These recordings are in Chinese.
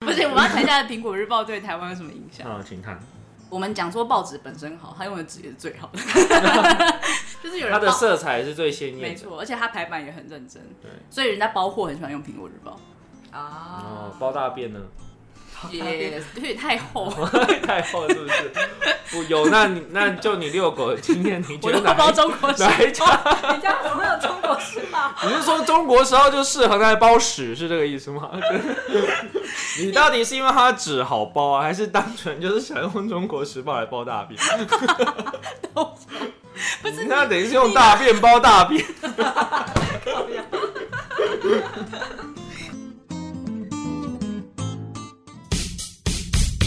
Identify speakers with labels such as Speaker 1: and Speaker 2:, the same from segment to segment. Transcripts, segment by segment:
Speaker 1: 我要谈一下《苹果日报》对台湾有什么影响。
Speaker 2: 啊，请看
Speaker 1: 我们讲说报纸本身好，它用的纸也是最好的， 就是有人
Speaker 2: 它的
Speaker 1: 报
Speaker 2: 色彩是最鲜
Speaker 1: 没
Speaker 2: 艳的。
Speaker 1: 错，而且它排版也很认真，
Speaker 2: 对，
Speaker 1: 所以人家包货很喜欢用《苹果日报
Speaker 2: 哦
Speaker 3: 啊，，
Speaker 2: 包大便呢？》，
Speaker 1: 也有点太厚，
Speaker 2: 太厚是不是？不有，那你那就你遛狗的经 验，你觉
Speaker 1: 我
Speaker 2: 得
Speaker 1: 都
Speaker 2: 哪
Speaker 1: 包
Speaker 2: 一
Speaker 1: 中国式。
Speaker 2: 哪一家？
Speaker 3: 人家有没有中国式吧？
Speaker 2: 你是说中国时候就适合拿来包屎是这个意思吗？ 你到底是因为它纸好包啊，还是单纯就是想用中国时报来包大便？
Speaker 1: 不是
Speaker 2: 你那等于是用大便包 大便。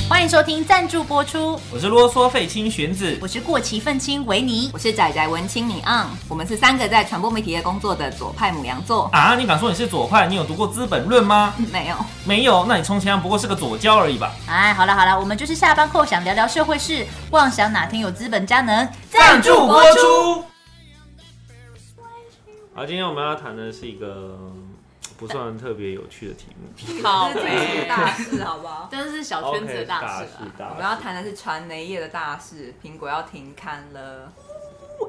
Speaker 4: 欢迎收听赞助播出，
Speaker 2: 我是啰嗦费青玄子，
Speaker 4: 我是过期愤青维尼。
Speaker 3: 我是仔仔文青你昂，我们是三个在传播媒体业工作的左派母羊 座，
Speaker 5: 啊，你敢说你是左派？你有读过《资本论》吗？
Speaker 3: 没有。
Speaker 5: 没有，那你充其量不过是个左交而已吧。
Speaker 4: 哎，好了好了，我们就是下班后想聊聊社会事，妄想哪天有资本家能赞
Speaker 5: 助播出，
Speaker 2: 好，今天我们要谈的是一个不算特别有趣的题目，
Speaker 1: 好
Speaker 3: 这是大事，好不好？
Speaker 1: 真的是小圈子
Speaker 2: OK，
Speaker 1: 的大
Speaker 2: 大
Speaker 1: 事啊。
Speaker 2: 大
Speaker 3: 我们要谈的是传媒业的大事，苹果要停刊了。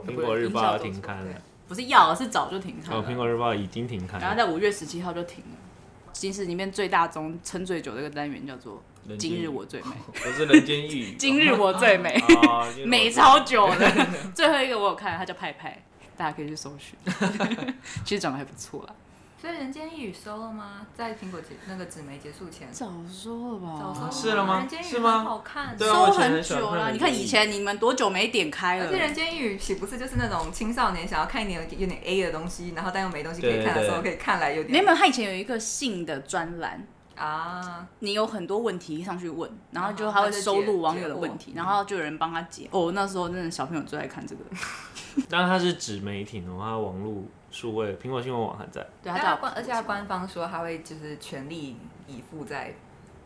Speaker 2: 苹果日报要停刊了，
Speaker 1: 不是要，是早就停刊
Speaker 2: 哦，
Speaker 1: 了。
Speaker 2: 苹果日报已经停刊
Speaker 1: 然后
Speaker 2: 了。
Speaker 1: 在五月十七号就停了。其实里面最大宗撑最久的一个单元叫做“
Speaker 2: 人间
Speaker 1: 今日我最 美
Speaker 2: 我是人间一语”，。
Speaker 1: 今日我最美，
Speaker 2: 啊，今日我
Speaker 1: 美超久的。最后一个我有看，它叫派派，大家可以去搜 寻。其实长得还不错啦，
Speaker 3: 所以《人间一语》收了吗？在苹果结那个纸媒结束前，
Speaker 1: 早说了
Speaker 3: 早收
Speaker 1: 吧，
Speaker 2: 哦是了吗
Speaker 3: 人间一语
Speaker 2: 是吗
Speaker 3: 很好看，
Speaker 2: 对啊
Speaker 1: 收
Speaker 2: 我以前
Speaker 1: 很
Speaker 2: 很喜欢
Speaker 1: 久
Speaker 2: 看
Speaker 1: 啦。
Speaker 2: 人
Speaker 1: 你看
Speaker 2: 间
Speaker 1: 以前你们多久没点开
Speaker 3: 而
Speaker 1: 了
Speaker 3: 且《人？间一语》岂不是就是那种青少年想要看一点有点 A 的东西，然后但又没东西可以看的时候，可
Speaker 2: 对
Speaker 3: 以看来
Speaker 1: 没
Speaker 3: 有
Speaker 1: 有
Speaker 3: 点
Speaker 1: 没有，它以前有一个性的专栏，
Speaker 3: 啊，
Speaker 1: 你有很多问题上去问，然后就
Speaker 3: 然后
Speaker 1: 他会
Speaker 3: 他就
Speaker 1: 收
Speaker 3: 解
Speaker 1: 录网友
Speaker 3: 解
Speaker 1: 的
Speaker 3: 惑
Speaker 1: 问题，然后就有人帮他解。哦，那时候真的小朋友最爱看这个，
Speaker 2: 但它是纸媒体哦，它网络数位苹果新闻网还在。
Speaker 1: 对，啊
Speaker 3: 但
Speaker 1: 叫
Speaker 3: 他啊官而且他官方说他会就是全力以赴在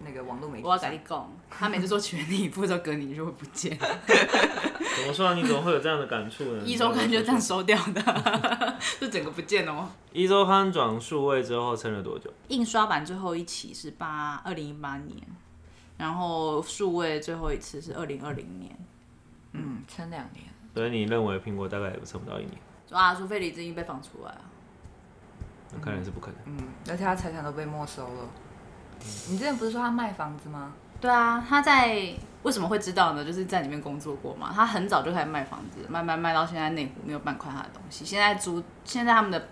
Speaker 3: 那个网络媒体
Speaker 1: 我要
Speaker 3: 上。
Speaker 1: 跟你讲，他每次说全力以赴，之后隔你就会不见，
Speaker 2: 怎么说啊？你怎么会有这样的感触 呢？
Speaker 1: 一周刊就这样收掉 的，就整个不见哦。
Speaker 2: 一周刊转数位之后撑了多久？
Speaker 1: 印刷版最后一期是八二零一八年，然后数位最后一次是二零二零年。
Speaker 3: 嗯，撑两年。
Speaker 2: 所以你认为苹果大概也撑不到一年？
Speaker 1: 啊，除非李志英被放出来啊，
Speaker 2: 那看来是不可能。
Speaker 3: 嗯，而且他财产都被没收了。
Speaker 2: 嗯
Speaker 3: 你之前不是说他卖房子吗？
Speaker 1: 对啊，他在为什么会知道呢？就是在里面工作过嘛，他很早就开始卖房子，慢慢卖到现在内湖没有办快他的东西。现在租现在他们的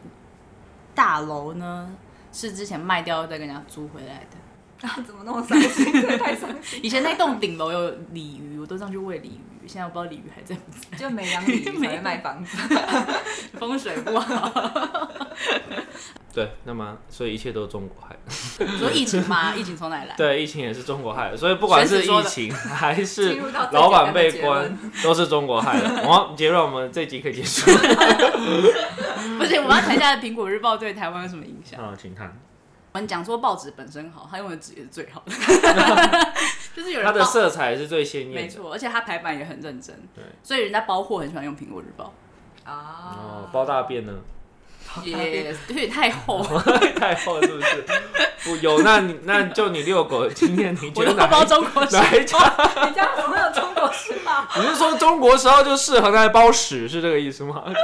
Speaker 1: 大楼呢是之前卖掉再跟人家租回来的。
Speaker 3: 啊，怎么那么伤心？这也太伤心，
Speaker 1: 以前那栋顶楼有鲤鱼，我都上去喂鲤鱼，现在我不知道鲤鱼还在不在，
Speaker 3: 就没养鲤鱼才会卖房 子。
Speaker 1: 风水不好。
Speaker 2: 对，那么所以一切都是中国害 的。
Speaker 1: 你说疫情嘛，疫情从哪里来？
Speaker 2: 对，疫情也是中国害的，所以不管是疫情 还是
Speaker 3: 进入到最
Speaker 2: 老板被
Speaker 3: 简单的
Speaker 2: 关，都是中国害的。好，结论我 们这集可以结束。
Speaker 1: 不是，我们要谈一下《苹果日报》对台湾有什么影响。
Speaker 2: 好，请看
Speaker 1: 我们讲说报纸本身好，它用的纸也是最好 的， 就是有人
Speaker 2: 它的
Speaker 1: 报
Speaker 2: 色彩是最鲜
Speaker 1: 没
Speaker 2: 艳的。
Speaker 1: 错，而且它排版也很认真，
Speaker 2: 对，
Speaker 1: 所以人家包货很喜欢用《苹果日报
Speaker 2: 哦
Speaker 3: 啊，，
Speaker 2: 包 大便呢？》，
Speaker 1: 也有点太厚，
Speaker 2: 太厚是不是？不有，那你那就你遛狗的经验，你觉
Speaker 1: 我都
Speaker 2: 得哪
Speaker 1: 包
Speaker 2: 一
Speaker 1: 中国式。
Speaker 2: 哪一家？
Speaker 3: 人家有没有中国式吧？
Speaker 2: 你是说中国时候就适合拿来包屎是这个意思吗？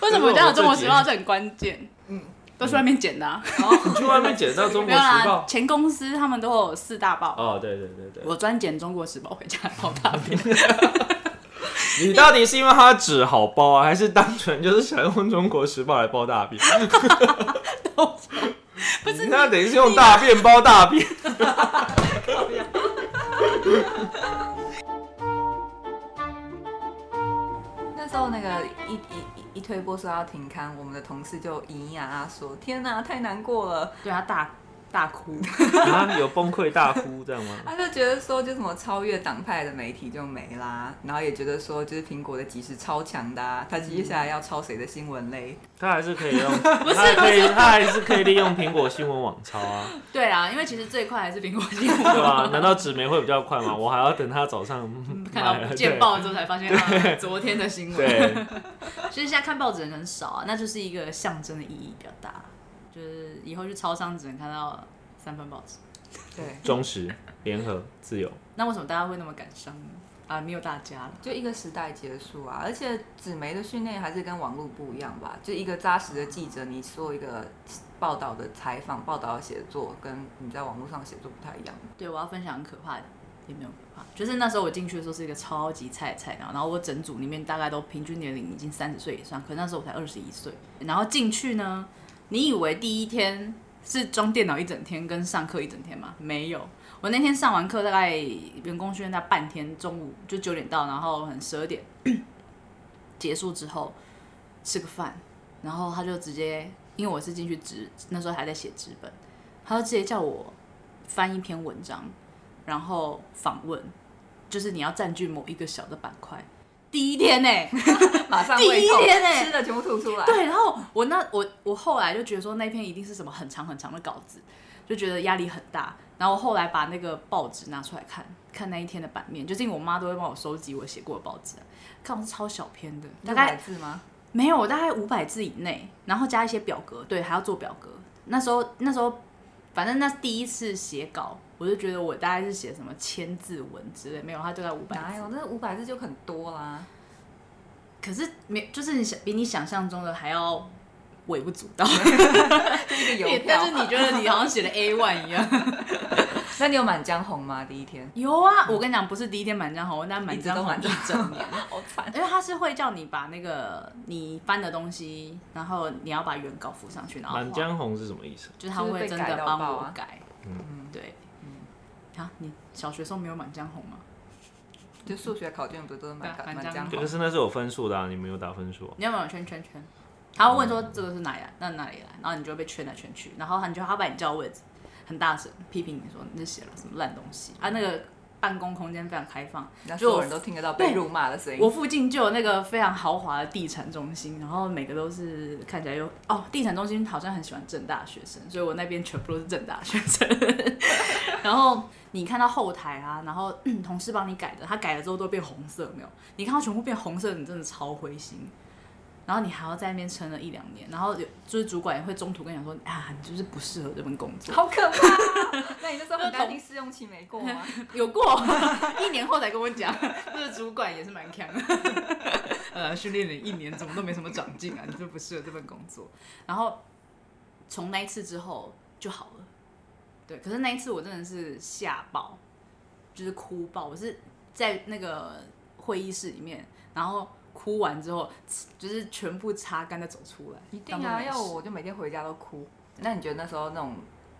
Speaker 1: 为什么我家有中国时报这很关键？嗯
Speaker 3: 嗯，
Speaker 1: 都是外面剪的、啊，
Speaker 2: 你去外面捡到中
Speaker 1: 没
Speaker 2: 国
Speaker 1: 有
Speaker 2: 时
Speaker 1: 啦
Speaker 2: 报。。
Speaker 1: 前公司他们都有四大报，
Speaker 2: 哦，对对对对，
Speaker 1: 我专捡《中国时报》回家泡大 便，
Speaker 2: 你到底是因为它纸好包啊，还是单纯就是想用中国时报来包大便？
Speaker 1: 不是
Speaker 2: 你那等于是用大便包大便。
Speaker 3: 那时候那个一一一一推波说要停刊，我们的同事就咿咿呀呀说：“天哪、太难过了。
Speaker 1: 对他 大大哭，
Speaker 2: 啊，有崩溃大哭这样”吗？
Speaker 3: 他就觉得说，就什么超越党派的媒体就没啦，然后也觉得说，就是苹果的即时超强的、啊，他接下来要抄谁的新闻嘞？
Speaker 2: 他还是可以用，他还可以，他还是可以利用苹果新闻网抄啊，
Speaker 1: 对啊，因为其实最快还是苹果新
Speaker 2: 对
Speaker 1: 闻，
Speaker 2: 吧？难道纸媒会比较快吗？我还要等他早上
Speaker 1: 看
Speaker 2: 买
Speaker 1: 到
Speaker 2: 了
Speaker 1: 不见报之后才发现啊，昨天的新
Speaker 2: 对
Speaker 1: 闻。
Speaker 2: 对，
Speaker 1: 其实现在看报纸的人很少啊，那就是一个象征的意义比较大，就是以后去超商只能看到三份报纸。
Speaker 3: 对，
Speaker 2: 忠实、联合、自由。
Speaker 1: 那为什么大家会那么感伤呢？啊，没有大家了，
Speaker 3: 就一个时代结束啊，而且纸媒的训练还是跟网络不一样吧，就一个扎实的记者，你做一个报道的采访、报道的写作，跟你在网络上写作不太 一样。
Speaker 1: 对我要分享很可怕的，也没有可怕，就是那时候我进去的时候是一个超级菜的菜鸟，然后我整组里面大概都平均年龄已经三十岁以上，可那时候我才二十一岁，然后进去呢，你以为第一天是装电脑一整天跟上课一整天吗？没有。我那天上完课，大概员工训练那半天，中午就九点到，然后很十二点结束之后吃个饭，然后他就直接，因为我是进去职，那时候还在写纸本，他就直接叫我翻一篇文章，然后访问，就是你要占据某一个小的板块。第一天呢、
Speaker 3: 马上胃痛，
Speaker 1: 第一天欸
Speaker 3: 吃的全部吐出来。
Speaker 1: 对，然后我那我我后来就觉得说那篇一定是什么很长很长的稿子，就觉得压力很大。然后我后来把那个报纸拿出来看，看那一天的版面，就是因为我妈都会帮我收集我写过的报纸啊、看我是超小篇的，大
Speaker 3: 六
Speaker 1: 概
Speaker 3: 百字吗？
Speaker 1: 没有，我大概五百字以内，然后加一些表格，对，还要做表格。那时候那时候，反正那第一次写稿，我就觉得我大概是写什么千字文之类，没有，它就在五百
Speaker 3: 哪
Speaker 1: 字
Speaker 3: 有？。那五百字就很多 啦。
Speaker 1: 可是没，就是你想比你想象中的还要微不足道。
Speaker 3: 一个邮
Speaker 1: 对，
Speaker 3: 票。
Speaker 1: 但是你觉得你好像写的 A one 一样。
Speaker 3: 那你有满江红吗？第一 天？
Speaker 1: 有啊，我跟你讲，不是第一天满江红，但满江红
Speaker 3: 一
Speaker 1: 一
Speaker 3: 直都满
Speaker 1: 整年，
Speaker 3: 好惨。
Speaker 1: 因为他是会叫你把那个你翻的东西，然后你要把原稿附上去，然后画
Speaker 2: 满江红是什么意思？
Speaker 1: 就是他会真的帮我
Speaker 3: 就是被改到爆啊
Speaker 1: 改。嗯，对。啊，你小学时候没有《满江红》吗？
Speaker 3: 就数学考卷不是都是
Speaker 1: 对
Speaker 3: 满
Speaker 1: 啊
Speaker 3: 满江
Speaker 1: 满江
Speaker 2: 可
Speaker 3: 红？
Speaker 2: 是那是有分数的、啊，你没有打分数、啊。
Speaker 1: 你有没有圈圈圈？他会问说这个是哪里来，那哪里来，然后你就被圈来圈去，然后你就他把你叫位置，很大声批评你说你这写了什么烂东西啊！那个办公空间非常开放，
Speaker 3: 那所
Speaker 1: 就
Speaker 3: 有
Speaker 1: 我
Speaker 3: 人都听得到被
Speaker 1: 对
Speaker 3: 辱骂的声音
Speaker 1: 我。附近就有那个非常豪华的地产中心，然后每个都是看起来又哦，地产中心好像很喜欢正大学生，所以我那边全部都是正大学生。 然后你看到后台啊，然后、嗯同事帮你改的，他改了之后都变红色，有没有？你看到全部变红色，你真的超灰心。然后你还要在那边撑了一两年，然后有就是主管也会中途跟你讲说啊，你就是不适合这份工作，
Speaker 3: 好可 怕啊！那你那时候很担心试用期没过吗？
Speaker 1: 有 过，一年后才跟我讲， 这个主管也是蛮强的。 呃，训练了一年，怎么都没什么长进啊，你就不适合这份工作。然后从那一次之后就好了，对。可是那一次我真的是吓爆，就是哭爆。我是在那个会议室里面，然后哭完之后，就是全部擦干的走出来。
Speaker 3: 一定
Speaker 1: 当作
Speaker 3: 啊，
Speaker 1: 没事
Speaker 3: 要我我就每天回家都哭。那你觉得那时候那种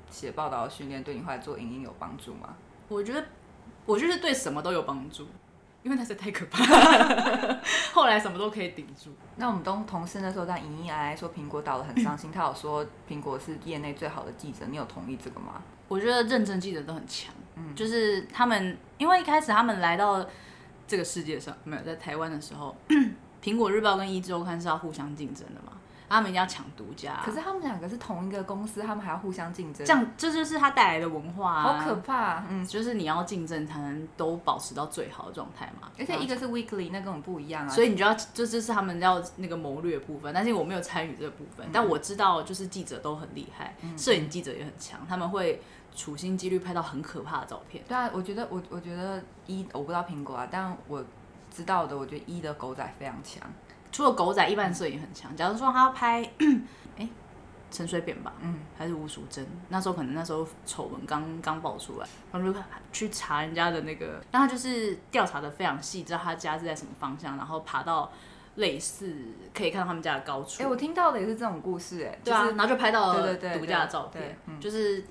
Speaker 3: 写报道的训练对你后来做影音有帮助吗？
Speaker 1: 我觉得，我觉得对什么都有帮助，因为那是太可 怕了。后来什么都可以顶住。
Speaker 3: 那我们东同事那时候在影音哀哀说苹果倒了很伤心，他有说苹果是业内最好的记者，你有同意这个吗？
Speaker 1: 我觉得认真记者都很强，就是他们，因为一开始他们来到这个世界上，没有在台湾的时候， 苹果日报跟一周刊是要互相竞争的嘛，他们一定要抢独家、
Speaker 3: 可是他们两个是同一个公司，他们还要互相竞争，
Speaker 1: 这样，这就是他带来的文化、
Speaker 3: 好
Speaker 1: 啊，
Speaker 3: 可怕啊。嗯，
Speaker 1: 就是你要竞争才能都保持到最好的状态嘛，
Speaker 3: 而且一个是 weekly，那跟我们不一样啊。
Speaker 1: 所以你就要，这这是他们要那个谋略的部分，但是我没有参与这个部分，但
Speaker 3: 嗯
Speaker 1: 我知道就是记者都很厉害，摄影记者也很强，他们会处心积虑拍到很可怕的照片。
Speaker 3: 对啊，我觉得我我觉得一我不知道苹果啊，但我知道的，我觉得一的狗仔非常强。
Speaker 1: 除了狗仔，一般摄影很强。假如说他要拍，哎，陈水扁吧，
Speaker 3: 嗯，
Speaker 1: 还是吴淑珍，那时候可能那时候丑闻刚刚爆出来，他们就去查人家的那个，那他就是调查的非常细，知道他家是在什么方向，然后爬到类似可以看到他们家的高处。
Speaker 3: 哎、我听到的也是这种故事、哎，
Speaker 1: 对啊，
Speaker 3: 就是
Speaker 1: 然后就拍到
Speaker 3: 对
Speaker 1: 了
Speaker 3: 对对对
Speaker 1: 独家的照片，
Speaker 3: 对嗯
Speaker 1: 就是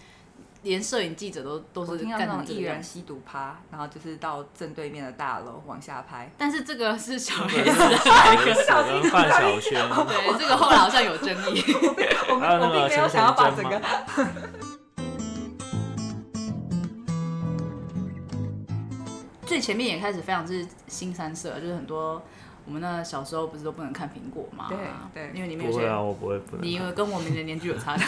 Speaker 1: 连摄影记者都都
Speaker 3: 我
Speaker 1: 是
Speaker 3: 听到
Speaker 1: 干
Speaker 3: 那
Speaker 1: 成
Speaker 3: 种
Speaker 1: 这
Speaker 3: 艺
Speaker 1: 个样
Speaker 3: 人
Speaker 1: 子。
Speaker 3: 吸毒趴，然后就是到正对面的大楼往下拍。
Speaker 1: 但是这个是小
Speaker 2: 对
Speaker 1: S，
Speaker 2: 小跟范晓萱，
Speaker 1: 对，这个后来好像有争议。
Speaker 3: 我
Speaker 2: 还有
Speaker 3: 们
Speaker 2: 那
Speaker 3: 我
Speaker 2: 个
Speaker 3: 并没有
Speaker 2: 陈
Speaker 3: 想要
Speaker 2: 小
Speaker 3: 把
Speaker 2: 珍
Speaker 3: 整个
Speaker 2: 嘛，
Speaker 1: 最前面也开始非常是新三色，啊就是很多我们那小时候不是都不能看苹果嘛，
Speaker 3: 对对
Speaker 1: 因为里面
Speaker 2: 不
Speaker 1: 有
Speaker 2: 会
Speaker 1: 些、
Speaker 2: 啊，我不会，不能看。啊
Speaker 1: 你因为跟我们的年纪有差距，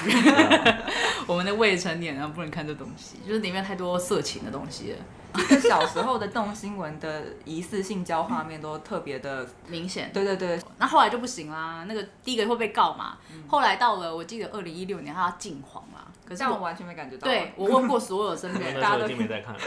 Speaker 1: 我们的未成年然后不能看这东西，就是里面太多色情的东西了，
Speaker 3: 一个 小时候的动新闻的疑似性交画面都特别的，
Speaker 1: 明显。
Speaker 3: 对对对，
Speaker 1: 那后来
Speaker 3: 嗯
Speaker 1: 就不行啦，那个第一个会被告嘛，后来到了我记得二零一六年，它要禁黄啦，可是
Speaker 3: 但我
Speaker 1: 我
Speaker 3: 完全没感觉到啊。
Speaker 1: 对我问过所有身边
Speaker 2: 那
Speaker 1: 人，
Speaker 2: 时候已经没在看了。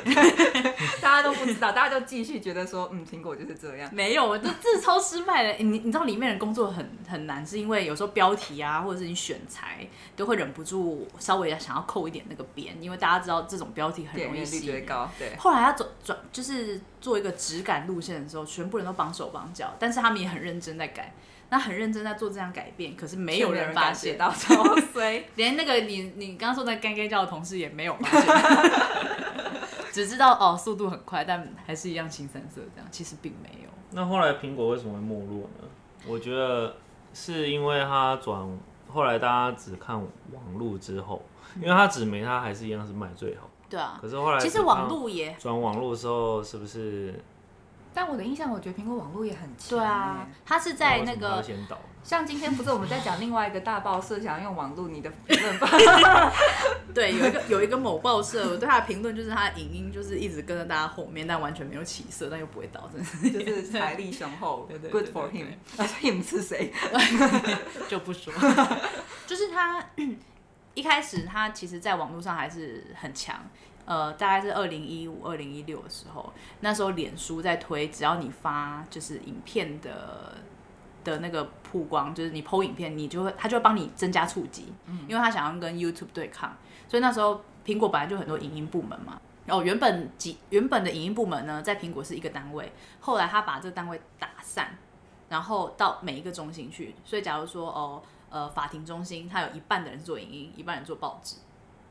Speaker 3: 大家都不知道，大家就继续觉得说，嗯，苹果就是这样。
Speaker 1: 没有，我就这超失败的。欸你你知道里面的工作很很难，是因为有时候标题啊，或者是你选材，都会忍不住稍微想要扣一点那个边，因为大家知道这种标题很
Speaker 3: 点
Speaker 1: 容
Speaker 3: 阅
Speaker 1: 易
Speaker 3: 率
Speaker 1: 吸
Speaker 3: 就会
Speaker 1: 引。
Speaker 3: 高，对，
Speaker 1: 后来要走转，就是做一个质感路线的时候，全部人都绑手绑脚，但是他们也很认真在改，那很认真在做这样改变，可是没有人发
Speaker 3: 感觉
Speaker 1: 现，
Speaker 3: 到超 衰。
Speaker 1: 连那个你你刚刚说的干干叫的同事也没有发现， 只知道哦速度很快，但还是一样青三色这样，其实并没有。
Speaker 2: 那后来苹果为什么会没落呢？我觉得是因为它转，后来大家只看网路之后，因为它纸媒它还是一样是卖最好，
Speaker 1: 对啊，
Speaker 2: 可是后来
Speaker 1: 其
Speaker 2: 只
Speaker 1: 实
Speaker 2: 看
Speaker 1: 网路也
Speaker 2: 转网路的时候是不是
Speaker 3: 但我的印象，我觉得苹果网络也很强。欸
Speaker 1: 对啊，，他是在那
Speaker 2: 为什么它
Speaker 1: 个
Speaker 2: 先倒？
Speaker 3: 像今天不是我们在讲另外一个大报社想要用网络，你的评论 吧？
Speaker 1: 对有一个有一个某报社，我对他的评论就是他的影音就是一直跟着大家后面，但完全没有起色，但又不会倒，真的是
Speaker 3: 就是财力雄厚
Speaker 1: 对对对
Speaker 3: ，Good for
Speaker 1: 对对
Speaker 3: him。啊 him 是谁？
Speaker 1: 就不说。就是他 一开始他其实在网络上还是很强，呃，大概是二零一五、二零一六的时候，那时候脸书在推，只要你发就是影片的的那个曝光，就是你 PO 影片，你就会他就会帮你增加触及，因为他想要跟 YouTube 对抗，所以那时候苹果本来就很多影音部门嘛。然后哦原本几原本的影音部门呢，在苹果是一个单位，后来他把这个单位打散，然后到每一个中心去。所以假如说哦，呃，法庭中心它有一半的人是做影音，一半人做报纸，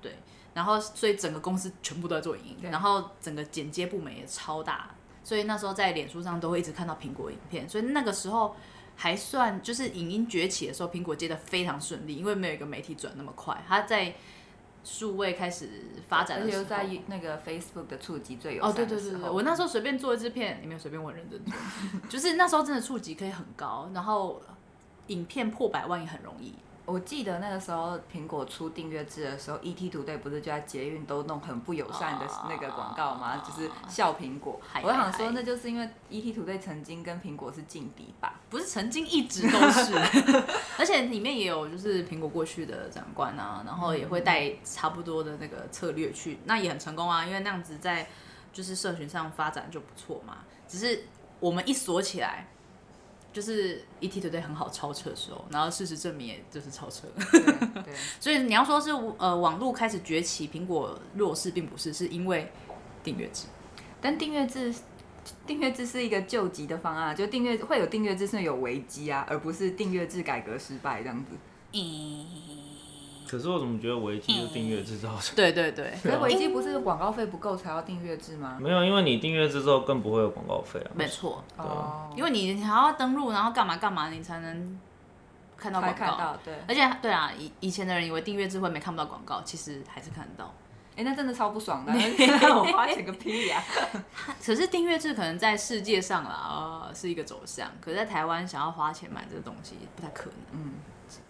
Speaker 1: 对。然后所以整个公司全部都在做影音，
Speaker 3: 对
Speaker 1: 然后整个剪接部门也超大，所以那时候在脸书上都会一直看到苹果影片。所以那个时候还算就是影音崛起的时候，苹果接的非常顺利，因为没有一个媒体转那么快，它在。数位开始发展
Speaker 3: 而
Speaker 1: 的
Speaker 3: 且
Speaker 1: 时候，
Speaker 3: 又在那个 Facebook 的触及最有
Speaker 1: 哦，
Speaker 3: 善
Speaker 1: 对
Speaker 3: 的
Speaker 1: 对对
Speaker 3: 时
Speaker 1: 对，
Speaker 3: 候
Speaker 1: 我那时候随便做一支片，也没有随便，我很认真做， 就是那时候真的触及可以很高，然后影片破百万也很容易。
Speaker 3: 我记得那个时候苹果出订阅制的时候，ET 图队不是就在捷运都弄很不友善的那个广告吗？就是笑苹果
Speaker 1: 嗨。
Speaker 3: 我
Speaker 1: 嗨
Speaker 3: 想
Speaker 1: 嗨
Speaker 3: 说，那就是因为 ET 图队曾经跟苹果是劲敌 吧？
Speaker 1: 不是曾经一直都是， 而且里面也有就是苹果过去的长官啊，然后也会带差不多的那个策略去，那也很成功啊，因为那样子在就是社群上发展就不错嘛。只是我们一锁起来，就是 ET 团队很好超车的时候，然后事实证明也就是超车了。
Speaker 3: 对对，
Speaker 1: 所以你要说是呃网络开始崛起，苹果弱势并不是，是因为订阅制。
Speaker 3: 但订阅制。订阅制是一个救急的方案，就订阅会有订阅制是有危机啊，而不是订阅制改革失败这样子。
Speaker 2: 可是我怎么觉得危机就订阅制造成？
Speaker 1: 对对 对，
Speaker 3: 可是危机不是广告费不够才要订阅制吗？
Speaker 2: 没有，因为你订阅制之后更不会有广告费啊。
Speaker 1: 没错，
Speaker 3: 哦，
Speaker 1: 因为你还要登录，然后干嘛干嘛，你才能看到
Speaker 3: 才
Speaker 1: 广
Speaker 3: 看
Speaker 1: 告。
Speaker 3: 到对。
Speaker 1: 而且对啊，以以前的人以为订阅制会没看不到广告，其实还是看得到。
Speaker 3: 哎、那真的超不爽的， 让 我花钱个屁呀、
Speaker 1: 可是订阅制可能在世界上啦，呃，是一个走向。可是，在台湾想要花钱买这个东西不太可能。
Speaker 3: 嗯，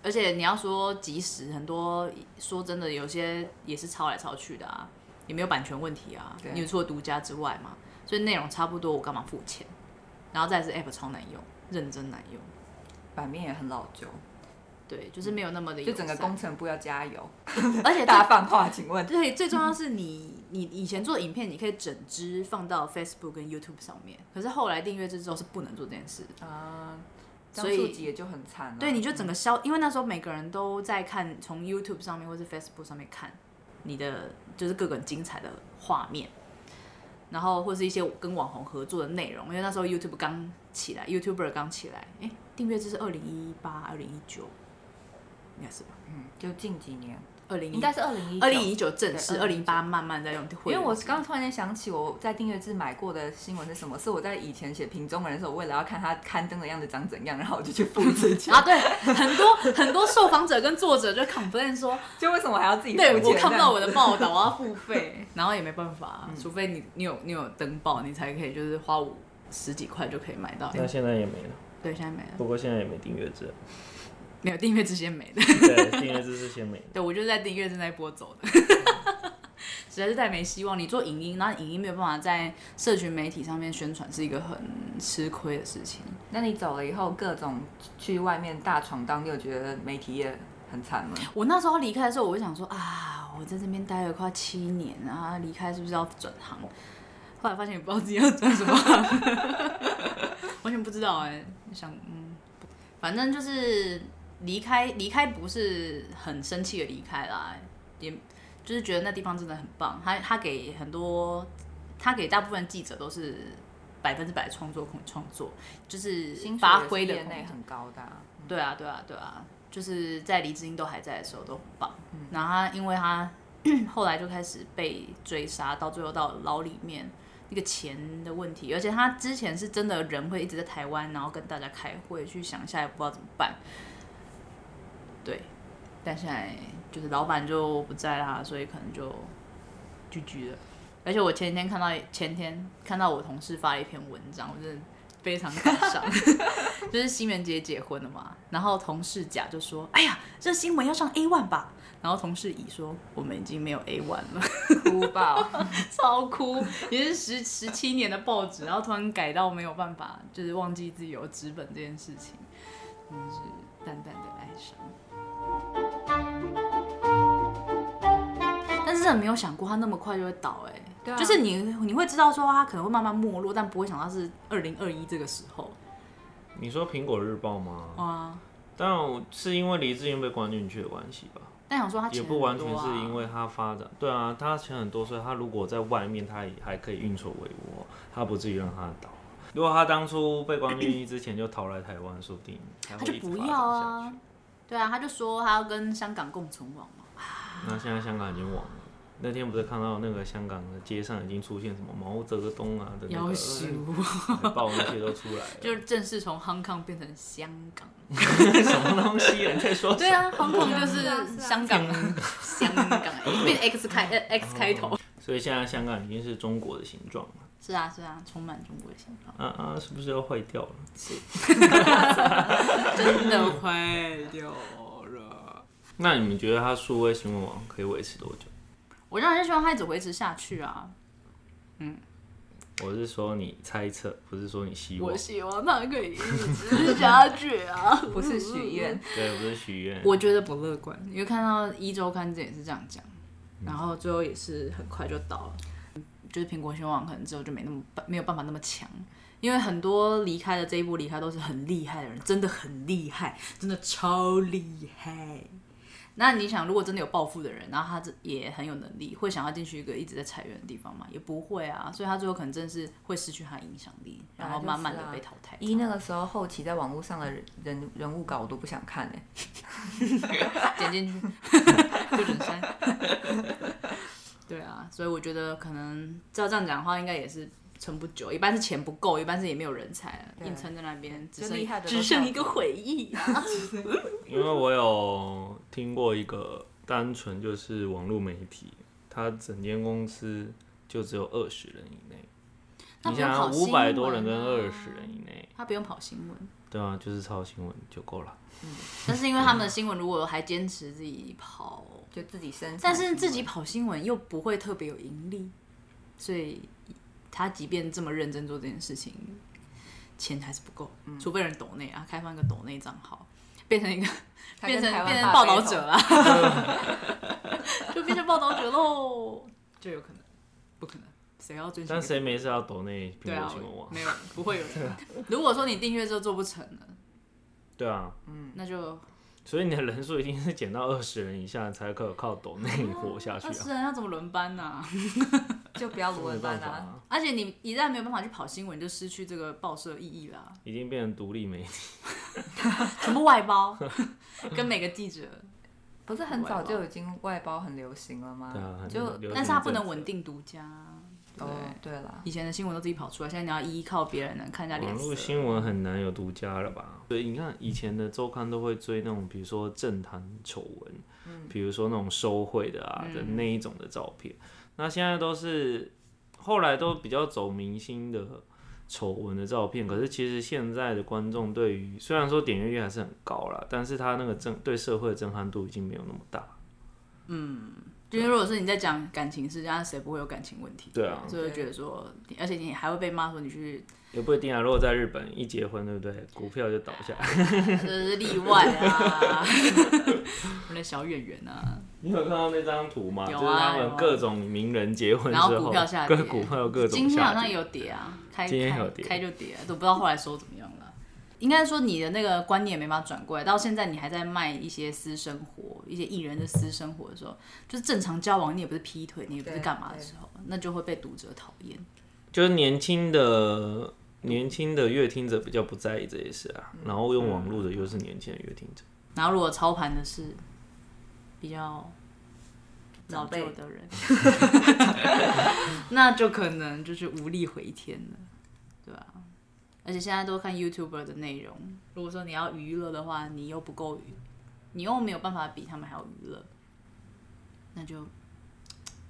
Speaker 1: 而且你要说及时，很多说真的，有些也是抄来抄去的啊，也没有版权问题啊
Speaker 3: 对。
Speaker 1: 你除了独家之外嘛，所以内容差不多，我干嘛付钱？然后再来是 app 超难用，认真难用。
Speaker 3: 版面也很老旧，
Speaker 1: 对，就是没有那么的友
Speaker 3: 嗯就
Speaker 1: 善，
Speaker 3: 整个工程部要加油，
Speaker 1: 而且大
Speaker 3: 大放话，请问。
Speaker 1: 对，最重要是你你以前做影片，你可以整支放到 Facebook 跟 YouTube 上面，可是后来订阅制之后是不能做这件事的。
Speaker 3: 啊，
Speaker 1: 所
Speaker 3: 所
Speaker 1: 以
Speaker 3: 以也就很惨了。嗯
Speaker 1: 对，你就整个消，因为那时候每个人都在看，从 YouTube 上面或是 Facebook 上面看你的就是各个很精彩的画面，然后或是一些跟网红合作的内容，因为那时候 YouTube 刚起来，YouTuber 刚起来，哎，订阅制是二零一八、二零一九，应该是吧？
Speaker 3: 嗯，就近几年，
Speaker 1: 二零
Speaker 3: 应该是二零一
Speaker 1: 二零一九正式，二
Speaker 3: 对
Speaker 1: 零一八慢慢在用会
Speaker 3: 因为
Speaker 1: 员制。
Speaker 3: 我刚刚突然间想起我在订阅制买过的新闻是什么？是我在以前写评中文的时候，我为了要看它刊登的样子长怎样，然后我就去复制 去
Speaker 1: 啊，对，很多很多受访者跟作者就 complain 说，
Speaker 3: 就为什么我还要自己
Speaker 1: 对
Speaker 3: 付
Speaker 1: 我
Speaker 3: 钱
Speaker 1: 看不到我
Speaker 3: 这样
Speaker 1: 的报道，我要 付费，然后也没办法啊、
Speaker 3: 嗯
Speaker 1: 除非你你有你有登报，你才可以就是花五十几块就可以买到。
Speaker 2: 那现在也没了，
Speaker 1: 对，现在没了，
Speaker 2: 不过现在也没订阅 制。
Speaker 1: 没有订阅之前没 的。
Speaker 2: 对，订阅制是先没的。
Speaker 1: 对我就是在订阅制那一波走 的，实在是太没希望。你做影音，然后影音没有办法在社群媒体上面宣传，是一个很吃亏的事情。
Speaker 3: 那你走了以后，各种去外面大闯荡，你有觉得媒体业很惨吗？
Speaker 1: 我那时候离开的时候，我就想说啊，我在这边待了快七年啊，离开是不是要转行？后来发现也不知道自己要转什么行， 完全不知道哎、想嗯，反正就是离开，离开不是很生气的离开啦，也就是觉得那地方真的很棒。他他给很多，他给大部分记者都是百分之百创作空创作，就是
Speaker 3: 薪水也
Speaker 1: 发
Speaker 3: 是
Speaker 1: 挥的
Speaker 3: 业
Speaker 1: 空
Speaker 3: 内
Speaker 1: 间
Speaker 3: 很高的啊、
Speaker 1: 对啊，对啊，对啊，就是在黎智英都还在的时候都很棒。然后他因为他 后来就开始被追杀，到最后到牢里面那个钱的问题，而且他之前是真的人会一直在台湾，然后跟大家开会去想下一步要怎么办。对，但现在就是老板就不在啦，所以可能就聚聚了。而且我前几天看到前天看到我同事发了一篇文章，我真的非常感 伤。就是西门姐结婚了嘛，然后同事甲就说：“哎呀，这新闻要上 A one 吧。”然后同事乙说：“我们已经没有 A one 了，
Speaker 3: 哭爆，
Speaker 1: 超哭，也是十十七年的报纸，然后突然改到没有办法，就是忘记自己有纸本这件事情，真是淡淡的哀伤。”但是真的没有想过他那么快就会倒、哎、
Speaker 3: 对啊
Speaker 1: 就是你你会知道说他可能会慢慢没落，但不会想到是二零二一这个时候
Speaker 2: 你说《苹果日报》吗？
Speaker 1: 哇。
Speaker 2: 当然我是因为黎智英被关进去的关系吧，
Speaker 1: 但想说他
Speaker 2: 也
Speaker 1: 钱
Speaker 2: 不完全
Speaker 1: 很多啊
Speaker 2: 是因为他发展。对啊，他钱很多，所以他如果在外面，他也还可以运筹帷幄，他不至于让他倒。如果他当初被关进去之前就逃来台湾，说不定还
Speaker 1: 他
Speaker 2: 会
Speaker 1: 就
Speaker 2: 一直
Speaker 1: 不
Speaker 2: 发展
Speaker 1: 要
Speaker 2: 下
Speaker 1: 啊
Speaker 2: 去。，
Speaker 1: 对啊，他就说他要跟香港共存亡嘛，
Speaker 2: 那现在香港已经亡了。那天不是看到那个香港的街上已经出现什么毛泽东啊的那
Speaker 1: 要
Speaker 2: 个呃
Speaker 1: 死我，
Speaker 2: 海报那些都出来了，
Speaker 1: 就是正式从 Hong Kong 变成香港。
Speaker 2: 什么 东西啊？你在说什
Speaker 1: 对
Speaker 2: 么？
Speaker 1: 啊，Hong Kong 就是啊香港，香港变 X 开呃 X 开头。
Speaker 2: 所以现在香港已经是中国的形状了，
Speaker 1: 是啊是啊，充满中国的香港，
Speaker 2: 啊啊，是不是要坏掉了？
Speaker 1: 真的坏掉了。
Speaker 2: 那你们觉得它数位新闻网可以维持多久？
Speaker 1: 我当然是希望他一直维持下去啊，
Speaker 2: 我是说你猜测，不是说你希望
Speaker 1: 我，希望他可以一直下去啊。
Speaker 3: 不是许愿，
Speaker 1: 嗯
Speaker 2: 对，不是许愿。
Speaker 1: 我觉得不乐观，因为看到一周刊之前也是这样讲，然后最后也是很快就倒了。就是苹果新闻网可能之后就没那么没有办法那么强，因为很多离开的这一波离开都是很厉害的人，真的很厉害，真的超厉害。那你想，如果真的有抱负的人，然后他这也很有能力，会想要进去一个一直在裁员的地方吗？也不会啊，所以他最后可能真的是会失去他影响力，然后慢慢的被淘汰。
Speaker 3: 一那个时候后期在网络上的人人人物稿我都不想看哎、
Speaker 1: 点进 去不准删。对啊，所以我觉得可能照这样讲的话，应该也是撑不久，一半是钱不够，一半是也没有人才了，
Speaker 3: 对
Speaker 1: 硬撑在那边，只
Speaker 3: 就
Speaker 1: 剩
Speaker 3: 厉害的都
Speaker 1: 只剩
Speaker 3: 上
Speaker 1: 一个回忆啊。
Speaker 2: 因为我有听过一个单纯就是网络媒体，它整间公司就只有二十人以内。
Speaker 1: 那
Speaker 2: 你
Speaker 1: 不用
Speaker 2: 想
Speaker 1: 跑
Speaker 2: 想，
Speaker 1: 新
Speaker 2: 五
Speaker 1: 闻啊
Speaker 2: 百多人跟二十人以内，
Speaker 1: 他不用跑新闻，
Speaker 2: 对啊，就是抄新闻就够了。
Speaker 1: 但是因为他们的新闻如果还坚持自己跑，
Speaker 3: 就自己生产
Speaker 1: 但是
Speaker 3: 什么
Speaker 1: 自己跑新闻又不会特别有盈利，所以他即便这么认真做这件事情，钱还是不够，
Speaker 3: 嗯
Speaker 1: 除非有人抖内啊，开放一个抖内账号，变成一个
Speaker 3: 他跟
Speaker 1: 变成
Speaker 3: 台湾
Speaker 1: 变成
Speaker 3: 大
Speaker 1: 报
Speaker 3: 背
Speaker 1: 道
Speaker 3: 头
Speaker 1: 者啦， 就变成报道者喽，就有可能，不可能，谁要追？
Speaker 2: 但谁没事要抖那
Speaker 1: 对
Speaker 2: 苹果
Speaker 1: 啊
Speaker 2: 新闻网？，
Speaker 1: 没有不会有 人。如果说你订阅之后做不成了，
Speaker 2: 对啊，
Speaker 1: 那就
Speaker 2: 所以你的人数一定是减到二十人以下，才可靠抖内活下去
Speaker 1: 那
Speaker 2: 啊。
Speaker 1: 是人要怎么轮班呢、
Speaker 3: 就不要罗
Speaker 2: 没
Speaker 3: 文
Speaker 2: 办
Speaker 3: 班
Speaker 2: 法
Speaker 3: 啊，
Speaker 2: 啊，
Speaker 1: 而且你一旦没有办法去跑新闻，就失去这个报社意义啦。
Speaker 2: 已经变成独立媒体。
Speaker 1: 全部外 包，跟每个记者，
Speaker 3: 不是很早就已经外包很流行了吗
Speaker 2: 对啊？很
Speaker 3: 就
Speaker 2: 流行
Speaker 1: 嗯但是他不
Speaker 2: 政
Speaker 1: 能
Speaker 2: 策
Speaker 1: 稳定独家。对不对
Speaker 3: 哦，对了，
Speaker 1: 以前的新闻都自己跑出来，现在你要依靠别人，看一下脸
Speaker 2: 网
Speaker 1: 色。
Speaker 2: 络新闻很难有独家了吧？所以你看以前的周刊都会追那种，比如说政坛丑闻，
Speaker 1: 嗯
Speaker 2: 比如说那种收贿的啊的那一种的照片。那现在都是后来都比较走明星的丑闻的照片，可是其实现在的观众对于虽然说点阅率还是很高啦，但是他那个震对社会的震撼度已经没有那么大。嗯，
Speaker 1: 因为如果是你在讲感情事，那谁不会有感情问题？
Speaker 2: 对啊
Speaker 1: 所以就觉得说，你而且你还会被骂说你去，
Speaker 2: 也不一定啊。如果在日本一结婚，对不对？股票就倒下来。
Speaker 1: 这是例外啊， 我们的小演员啊，
Speaker 2: 你有看到那张图吗？
Speaker 1: 有啊
Speaker 2: 就是他们各种名人结婚之
Speaker 1: 然后股票下跌
Speaker 2: 各股票各种
Speaker 1: 今天好
Speaker 2: 下
Speaker 1: 像
Speaker 2: 跌。
Speaker 1: 有跌啊，开
Speaker 2: 今天
Speaker 1: 开
Speaker 2: 有跌
Speaker 1: 开就跌啊，都不知道后来收怎么样了。应该说你的那个观念没办法转过来，到现在你还在卖一些私生活，一些艺人的私生活的时候，就是正常交往，你也不是劈腿，你也不是
Speaker 3: 对
Speaker 1: 干嘛的
Speaker 3: 对
Speaker 1: 时候，那就会被读者讨厌。
Speaker 2: 就是年轻的年轻的乐听者比较不在意这些事啊，然后用网络的又是年轻的乐听者，
Speaker 1: 然后如果操盘的是比较老
Speaker 3: 长辈
Speaker 1: 旧的人， 那就可能就是无力回天了，对吧、而且现在都看 YouTuber 的内容，如果说你要娱乐的话，你又不够娱，你又没有办法比他们还要娱乐，那就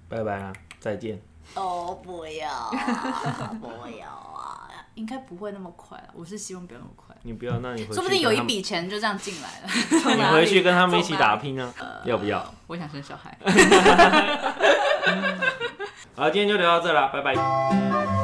Speaker 2: 拜拜啊，再见。
Speaker 1: 哦不要、啊， 不要啊，应该不会那么快啊，我是希望不要那么快，
Speaker 2: 你不要，那你回去
Speaker 1: 说不定有
Speaker 2: 跟
Speaker 1: 一
Speaker 2: 他们，
Speaker 1: 笔啊钱就这样进来了。
Speaker 2: 你回去跟他们一起打拼啊，要不要？
Speaker 1: 我想生小孩。
Speaker 2: 好，今天就聊到这啦，拜拜。